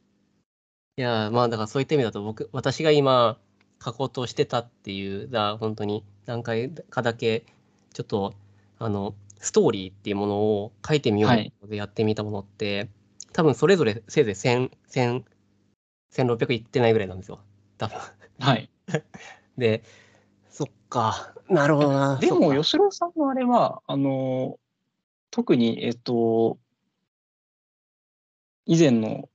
Speaker 1: いやー、まあだからそういった意味だと僕、私が今書こうとしてたっていう、だから本当に何回かだけ、ちょっと、あの、ストーリーっていうものを書いてみよう
Speaker 2: はい
Speaker 1: でやってみたものって、多分それぞれせいぜい1000、1000、1600いってないぐらいなんですよ。多分。
Speaker 2: はい。
Speaker 1: で、そっか、なるほどな。
Speaker 2: で
Speaker 1: そっ
Speaker 2: も、
Speaker 1: か
Speaker 2: 吉郎さんのあれは、あの、特に、えっと、以前の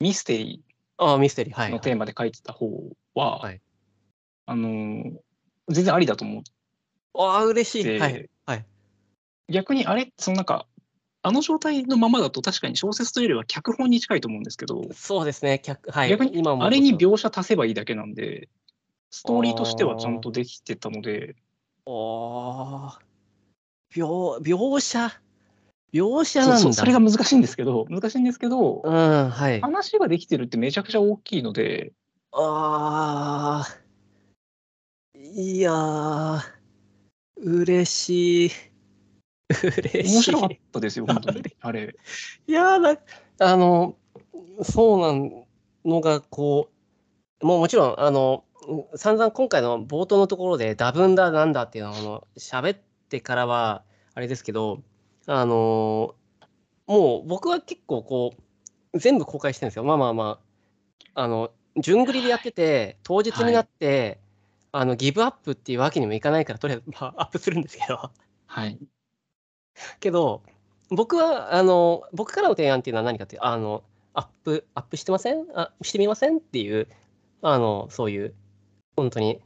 Speaker 2: ミステリ
Speaker 1: ああ、ミステリー、は
Speaker 2: ー
Speaker 1: い、
Speaker 2: の
Speaker 1: は
Speaker 2: テ
Speaker 1: い。
Speaker 2: ーマで書いてた方は、
Speaker 1: はい
Speaker 2: あの、全然ありだと思っ
Speaker 1: ああ、嬉しい。
Speaker 2: て、
Speaker 1: はい。はい。
Speaker 2: 逆にあれそのなんかあの状態のままだと確かに小説というよりは脚本に近いと思うんですけど、
Speaker 1: そうですね、客、はい。
Speaker 2: 逆に
Speaker 1: 今も
Speaker 2: あれに描写足せばいいだけなんでストーリーとしてはちゃんとできてたので
Speaker 1: おー描描写描写なん
Speaker 2: そ
Speaker 1: だ
Speaker 2: うそうそれが難しいんですけど難しいんですけど、
Speaker 1: うんはいあ
Speaker 2: 話ができてるってめちゃくちゃ大きいので
Speaker 1: あーいやー嬉しい嬉しい
Speaker 2: 面白かったですよ本当にあれ
Speaker 1: いやーなあのそうなんのがこうもうもちろんあのうん散々今回の冒頭のところでダブンだなんだっていうのをあの喋ってからはあれですけどあのもう僕は結構こう全部公開してるんですよまあまあまああの順繰りでやってて当日になって、あのギブアップっていうわけにもいかないからとりあえず、まあ、アップするんですけど。
Speaker 2: はい
Speaker 1: けど僕はあの僕からの提案っていうのは何かっていうあのアップアップしてませんあしてみませんっていうあのそういう本当に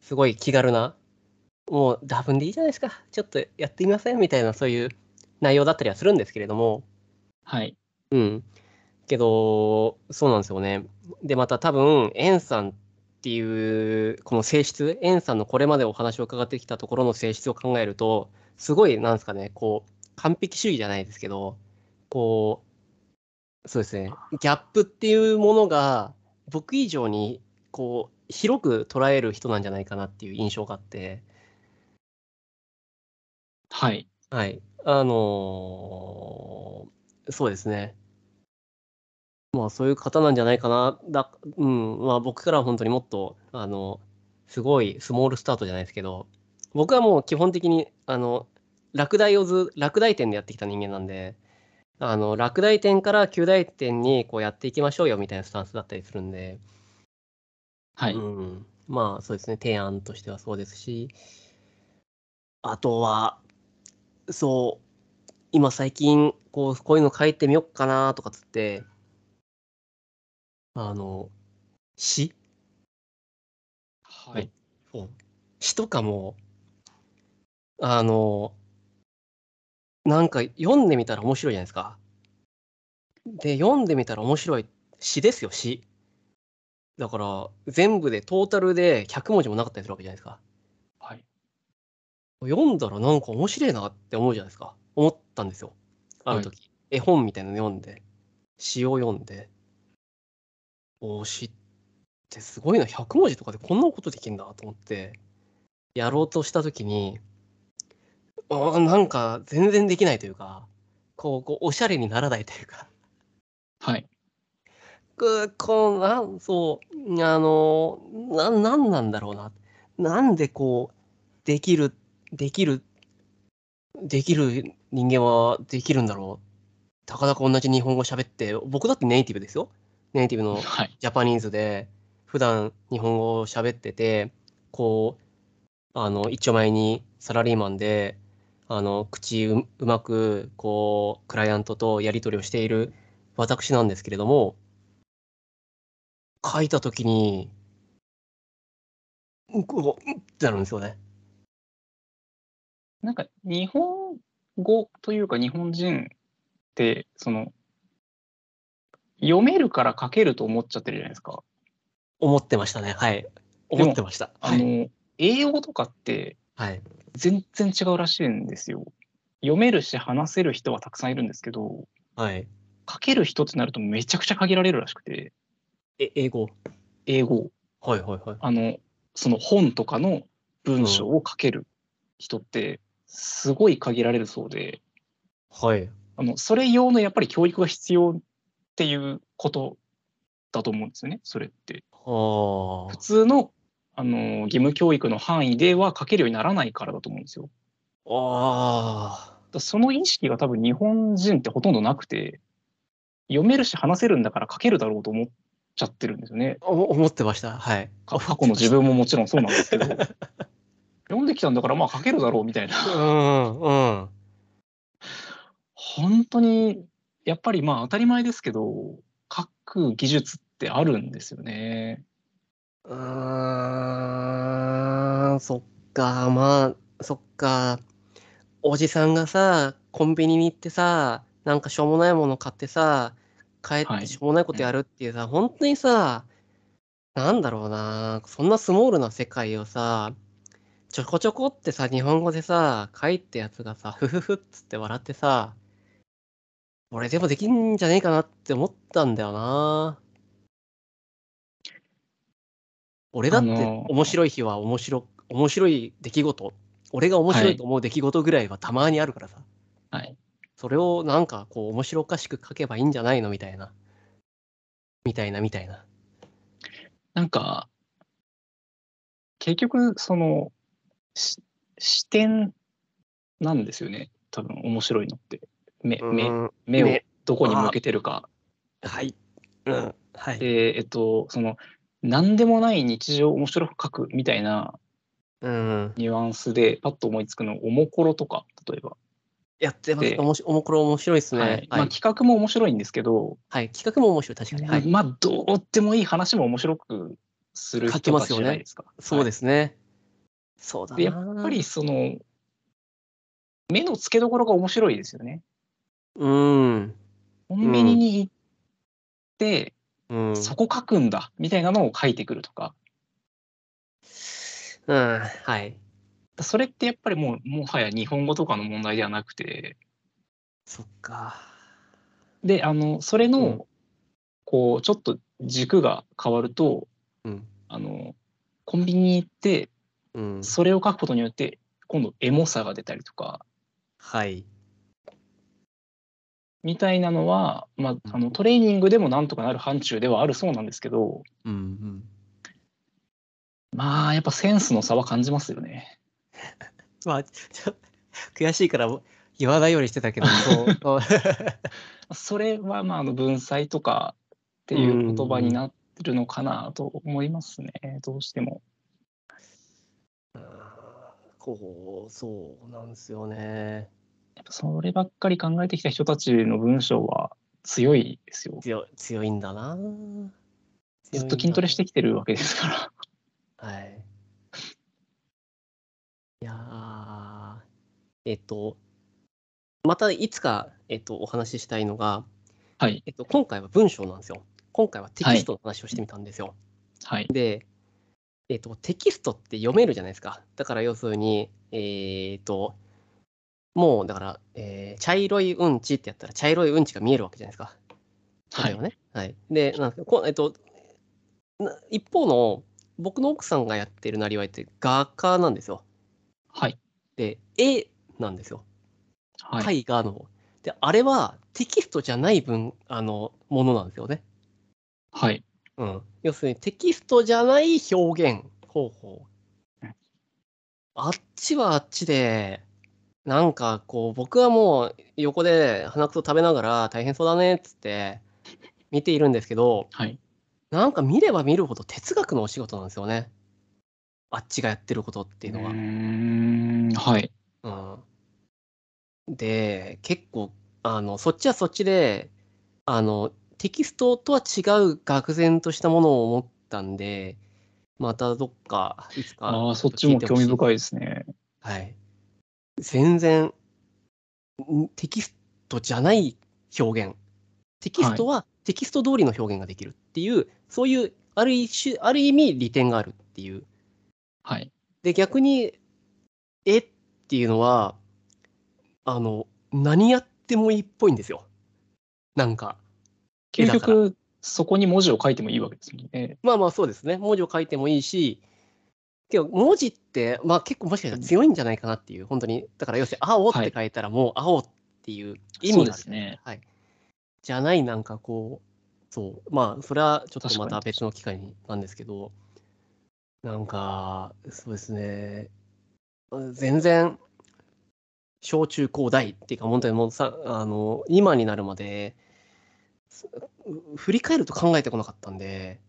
Speaker 1: すごい気軽なもうダブンでいいじゃないですかちょっとやってみませんみたいなそういう内容だったりはするんですけれども
Speaker 2: はい
Speaker 1: うんけどそうなんですよねでまた多分エンさんっていうこの性質エンさんのこれまでお話を伺ってきたところの性質を考えるとすごいなんですかねこう完璧主義じゃないですけどこうそうですねギャップっていうものが僕以上にこう広く捉える人なんじゃないかなっていう印象があって
Speaker 2: はい
Speaker 1: はいあのーそうですねまあそういう方なんじゃないかなだうんまあ僕からは本当にもっとあのすごいスモールスタートじゃないですけど僕はもう基本的にあの落第をず落第点でやってきた人間なんであの落第点から旧大点にこうやっていきましょうよみたいなスタンスだったりするんで、
Speaker 2: はい、
Speaker 1: うん、まあそうですね提案としてはそうですしあとはそう今最近こうこういうの書いてみよっかなとかつってあの詩
Speaker 2: はい
Speaker 1: そう詩とかもあのなんか読んでみたら面白いじゃないですか。で読んでみたら面白い詩ですよ詩。だから全部でトータルで100文字もなかったりするわけじゃないですか。
Speaker 2: はい
Speaker 1: 読んだらなんか面白いなって思うじゃないですか。思ったんですよ。あの時。絵本みたいなの読んで、詩を読んで。お詩ってすごいな。100文字とかでこんなことできるんだと思って、やろうとした時に、あなんか全然できないというか、こう、こうおしゃれにならないというか。
Speaker 2: はい。
Speaker 1: くこうなんそうあのななんなんだろうななんでこうできるできるできる人間はできるんだろうたかだか同じ日本語喋って僕だってネイティブですよネイティブの
Speaker 2: はい。
Speaker 1: ジャパニーズで普段日本語を喋っててこうあの一丁前にサラリーマンであの口ううまくこうクライアントとやり取りをしている私なんですけれども書いた時にうんこううんってなるんですよね。
Speaker 2: なんか日本語というか日本人ってその読めるから書けると思っちゃってるじゃないですか。
Speaker 1: 思ってましたねはい
Speaker 2: でも
Speaker 1: 思ってました。は
Speaker 2: あ
Speaker 1: い、
Speaker 2: の英語とかって
Speaker 1: はい、
Speaker 2: 全然違うらしいんですよ。読めるし話せる人はたくさんいるんですけど
Speaker 1: はい、
Speaker 2: 書ける人ってなるとめちゃくちゃ限られるらしくて
Speaker 1: え英語
Speaker 2: 英語
Speaker 1: はいはいはい。
Speaker 2: あのその本とかの文章を書ける人ってすごい限られるそうで。
Speaker 1: はい
Speaker 2: あのそれ用のやっぱり教育が必要っていうことだと思うんですよねそれって。
Speaker 1: は
Speaker 2: 普
Speaker 1: あ
Speaker 2: 通のあの義務教育の範囲では書けるようにならないからだと思うんですよ。
Speaker 1: ああ
Speaker 2: だからその意識が多分日本人ってほとんどなくて読めるし話せるんだから書けるだろうと思っちゃってるんですよね。
Speaker 1: お思ってました。はい。
Speaker 2: か過去の自分ももちろんそうなんですけど読んできたんだからまあ書けるだろうみたい な
Speaker 1: うんうん。
Speaker 2: 本当にやっぱりまあ当たり前ですけど書く技術ってあるんですよね。
Speaker 1: うーん、そっか、まあ、そっか。おじさんがさ、コンビニに行ってさ、なんかしょうもないもの買ってさ、帰っ
Speaker 2: は
Speaker 1: て
Speaker 2: い
Speaker 1: しょうもないことやるっていうさ、本当にさ、なんだろうな、そんなスモールな世界をさ、ちょこちょこってさ、日本語でさ、書いてやつがさ、ふふふっつって笑ってさ、俺でもできんじゃねえかなって思ったんだよな。俺だって
Speaker 2: あのー
Speaker 1: 面白い日は面白、面白い出来事、俺が面白いと思う出来事ぐらいはたまにあるからさ、
Speaker 2: はい
Speaker 1: それをなんかこう面白おかしく書けばいいんじゃないのみたいな。みたいなみたいな。
Speaker 2: なんか、結局、その、し視点なんですよね。多分、面白いのって。目、
Speaker 1: う
Speaker 2: 目、
Speaker 1: ん
Speaker 2: 目を
Speaker 1: 目
Speaker 2: どこに向けてるか。
Speaker 1: はい。うん。はい。
Speaker 2: で、えっと、その、何でもない日常を面白く書くみたいな
Speaker 1: うん。
Speaker 2: ニュアンスで、パッと思いつくの、おもころとか、例えば。
Speaker 1: やってます。
Speaker 2: で
Speaker 1: おもし、おもころ面白いですね。
Speaker 2: は
Speaker 1: はいい。
Speaker 2: まあ、企画も面白いんですけど、
Speaker 1: はい企画も面白い。確かに。はい。
Speaker 2: まあ、どうでもいい話も面白くする
Speaker 1: 書き
Speaker 2: 人
Speaker 1: ま
Speaker 2: た
Speaker 1: す
Speaker 2: ち
Speaker 1: よ
Speaker 2: じ
Speaker 1: ね
Speaker 2: ゃないですか。
Speaker 1: そう
Speaker 2: はい
Speaker 1: ですね。そうだな。
Speaker 2: でやっぱりその目の付けどころが面白いですよね。
Speaker 1: うん。
Speaker 2: コンビニに行って、
Speaker 1: うん。
Speaker 2: そこ書くんだみたいなのを書いてくるとか
Speaker 1: うん。はい。
Speaker 2: それってやっぱりもうもはや日本語とかの問題ではなくて
Speaker 1: そっか。
Speaker 2: であのそれの、
Speaker 1: うん
Speaker 2: こうちょっと軸が変わると
Speaker 1: うん。
Speaker 2: あのコンビニに行って
Speaker 1: うん。
Speaker 2: それを書くことによって今度エモさが出たりとか
Speaker 1: はい。
Speaker 2: みたいなのは、まあ、あのトレーニングでもなんとかなる範疇ではあるそうなんですけど
Speaker 1: うんうん。
Speaker 2: まあやっぱセンスの差は感じますよね。
Speaker 1: まあ、 ちょ悔しいから言わないようにしてた けど、そう。そう
Speaker 2: それはまああの文才とかっていう言葉になってるのかなと思いますね、どうしても。
Speaker 1: こう、そうなんですよね。
Speaker 2: やっぱそればっかり考えてきた人たちの文章は強いですよ。
Speaker 1: 強強いんだな。。
Speaker 2: ずっと筋トレしててきてるわけですから。
Speaker 1: はい。いやーえっと、またいつか、えっと、お話ししたいのが、
Speaker 2: はい
Speaker 1: えっと、今回は文章なんですよ。今回はテキストの話をしてみたんですよ。
Speaker 2: はい
Speaker 1: で、えっと、テキストって読めるじゃないですか。だから要するに、えっと、もうだから、えー茶色いうんちってやったら茶色いうんちが見えるわけじゃないですか。
Speaker 2: はい
Speaker 1: これをね。はい。で、なんかこうえっと、な一方の僕の奥さんがやってるなりわいって画家なんですよ。
Speaker 2: はい。
Speaker 1: で、絵なんですよ。
Speaker 2: はい。
Speaker 1: 絵画の方。で、あれはテキストじゃない分、あの、ものなんですよね。
Speaker 2: はい。
Speaker 1: うん、要するにテキストじゃない表現方法
Speaker 2: うん。
Speaker 1: あっちはあっちで、なんかこう、僕はもう横で鼻くそ食べながら大変そうだねっつって見ているんですけど、
Speaker 2: はい。
Speaker 1: なんか見れば見るほど哲学のお仕事なんですよね。あっちがやってることっていうのは
Speaker 2: うー。ん。はい。
Speaker 1: うんで結構あのそっちはそっちであのテキストとは違う愕然としたものを持ったんでまたどっかいつか
Speaker 2: ああ、そっちも興味
Speaker 1: い、
Speaker 2: 深いですね。
Speaker 1: はい、全然んテキストじゃない表現テキストはテキスト通りの表現ができるっていう、そういうある一種ある意味利点があるっていう
Speaker 2: はい。
Speaker 1: で逆に絵っていうのはあの何やってもいいっぽいんですよ。なんか絵
Speaker 2: 結
Speaker 1: だから
Speaker 2: 局、そこに文字を書いてもいいわけですもんね。
Speaker 1: まあまあそうですね文字を書いてもいいしけど文字って、まあ、結構もしかしたら強いんじゃないかなっていう本当にだから要するに「青」っ
Speaker 2: は
Speaker 1: て
Speaker 2: い
Speaker 1: 書いたらもう「青」っていう意
Speaker 2: そ
Speaker 1: 味
Speaker 2: うで
Speaker 1: がある
Speaker 2: すね。
Speaker 1: はい、じゃないなんかこうそうまあそれはちょっとま
Speaker 2: 確か
Speaker 1: た
Speaker 2: に
Speaker 1: 別の機会になんですけどなんかそうですね全然小中高大っていうか本当にもうさあの今になるまですう振り返ると考えてこなかったんで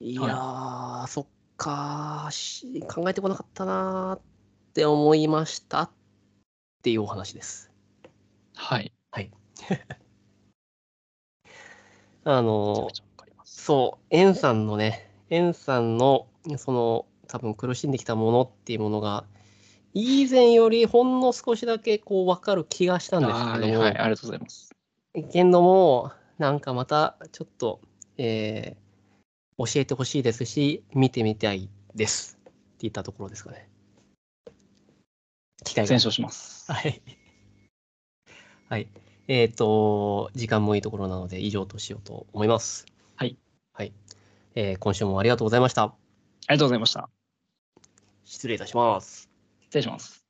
Speaker 1: いやー、そっかーし考えてこなかったなーって思いましたっていうお話です。
Speaker 2: はい。
Speaker 1: あ
Speaker 2: めちゃ
Speaker 1: の
Speaker 2: くちゃわかります。
Speaker 1: そう、エンさんのね、エンさんの、その、多分苦しんできたものっていうものが、以前よりほんの少しだけこう分かる気がしたんです
Speaker 2: あ
Speaker 1: け
Speaker 2: ー
Speaker 1: ども、
Speaker 2: はい。ありがとうございます。
Speaker 1: けんども、なんかまたちょっと、えー教えてほしいですし、見てみたいですって言ったところですかね。機会が
Speaker 2: 全。勝します。
Speaker 1: はい。はい。えっ、と、時間もいいところなので、以上としようと思います。
Speaker 2: はい。
Speaker 1: はい。えー今週もありがとうございました。
Speaker 2: ありがとうございました。
Speaker 1: 失礼いたします。
Speaker 2: 失礼します。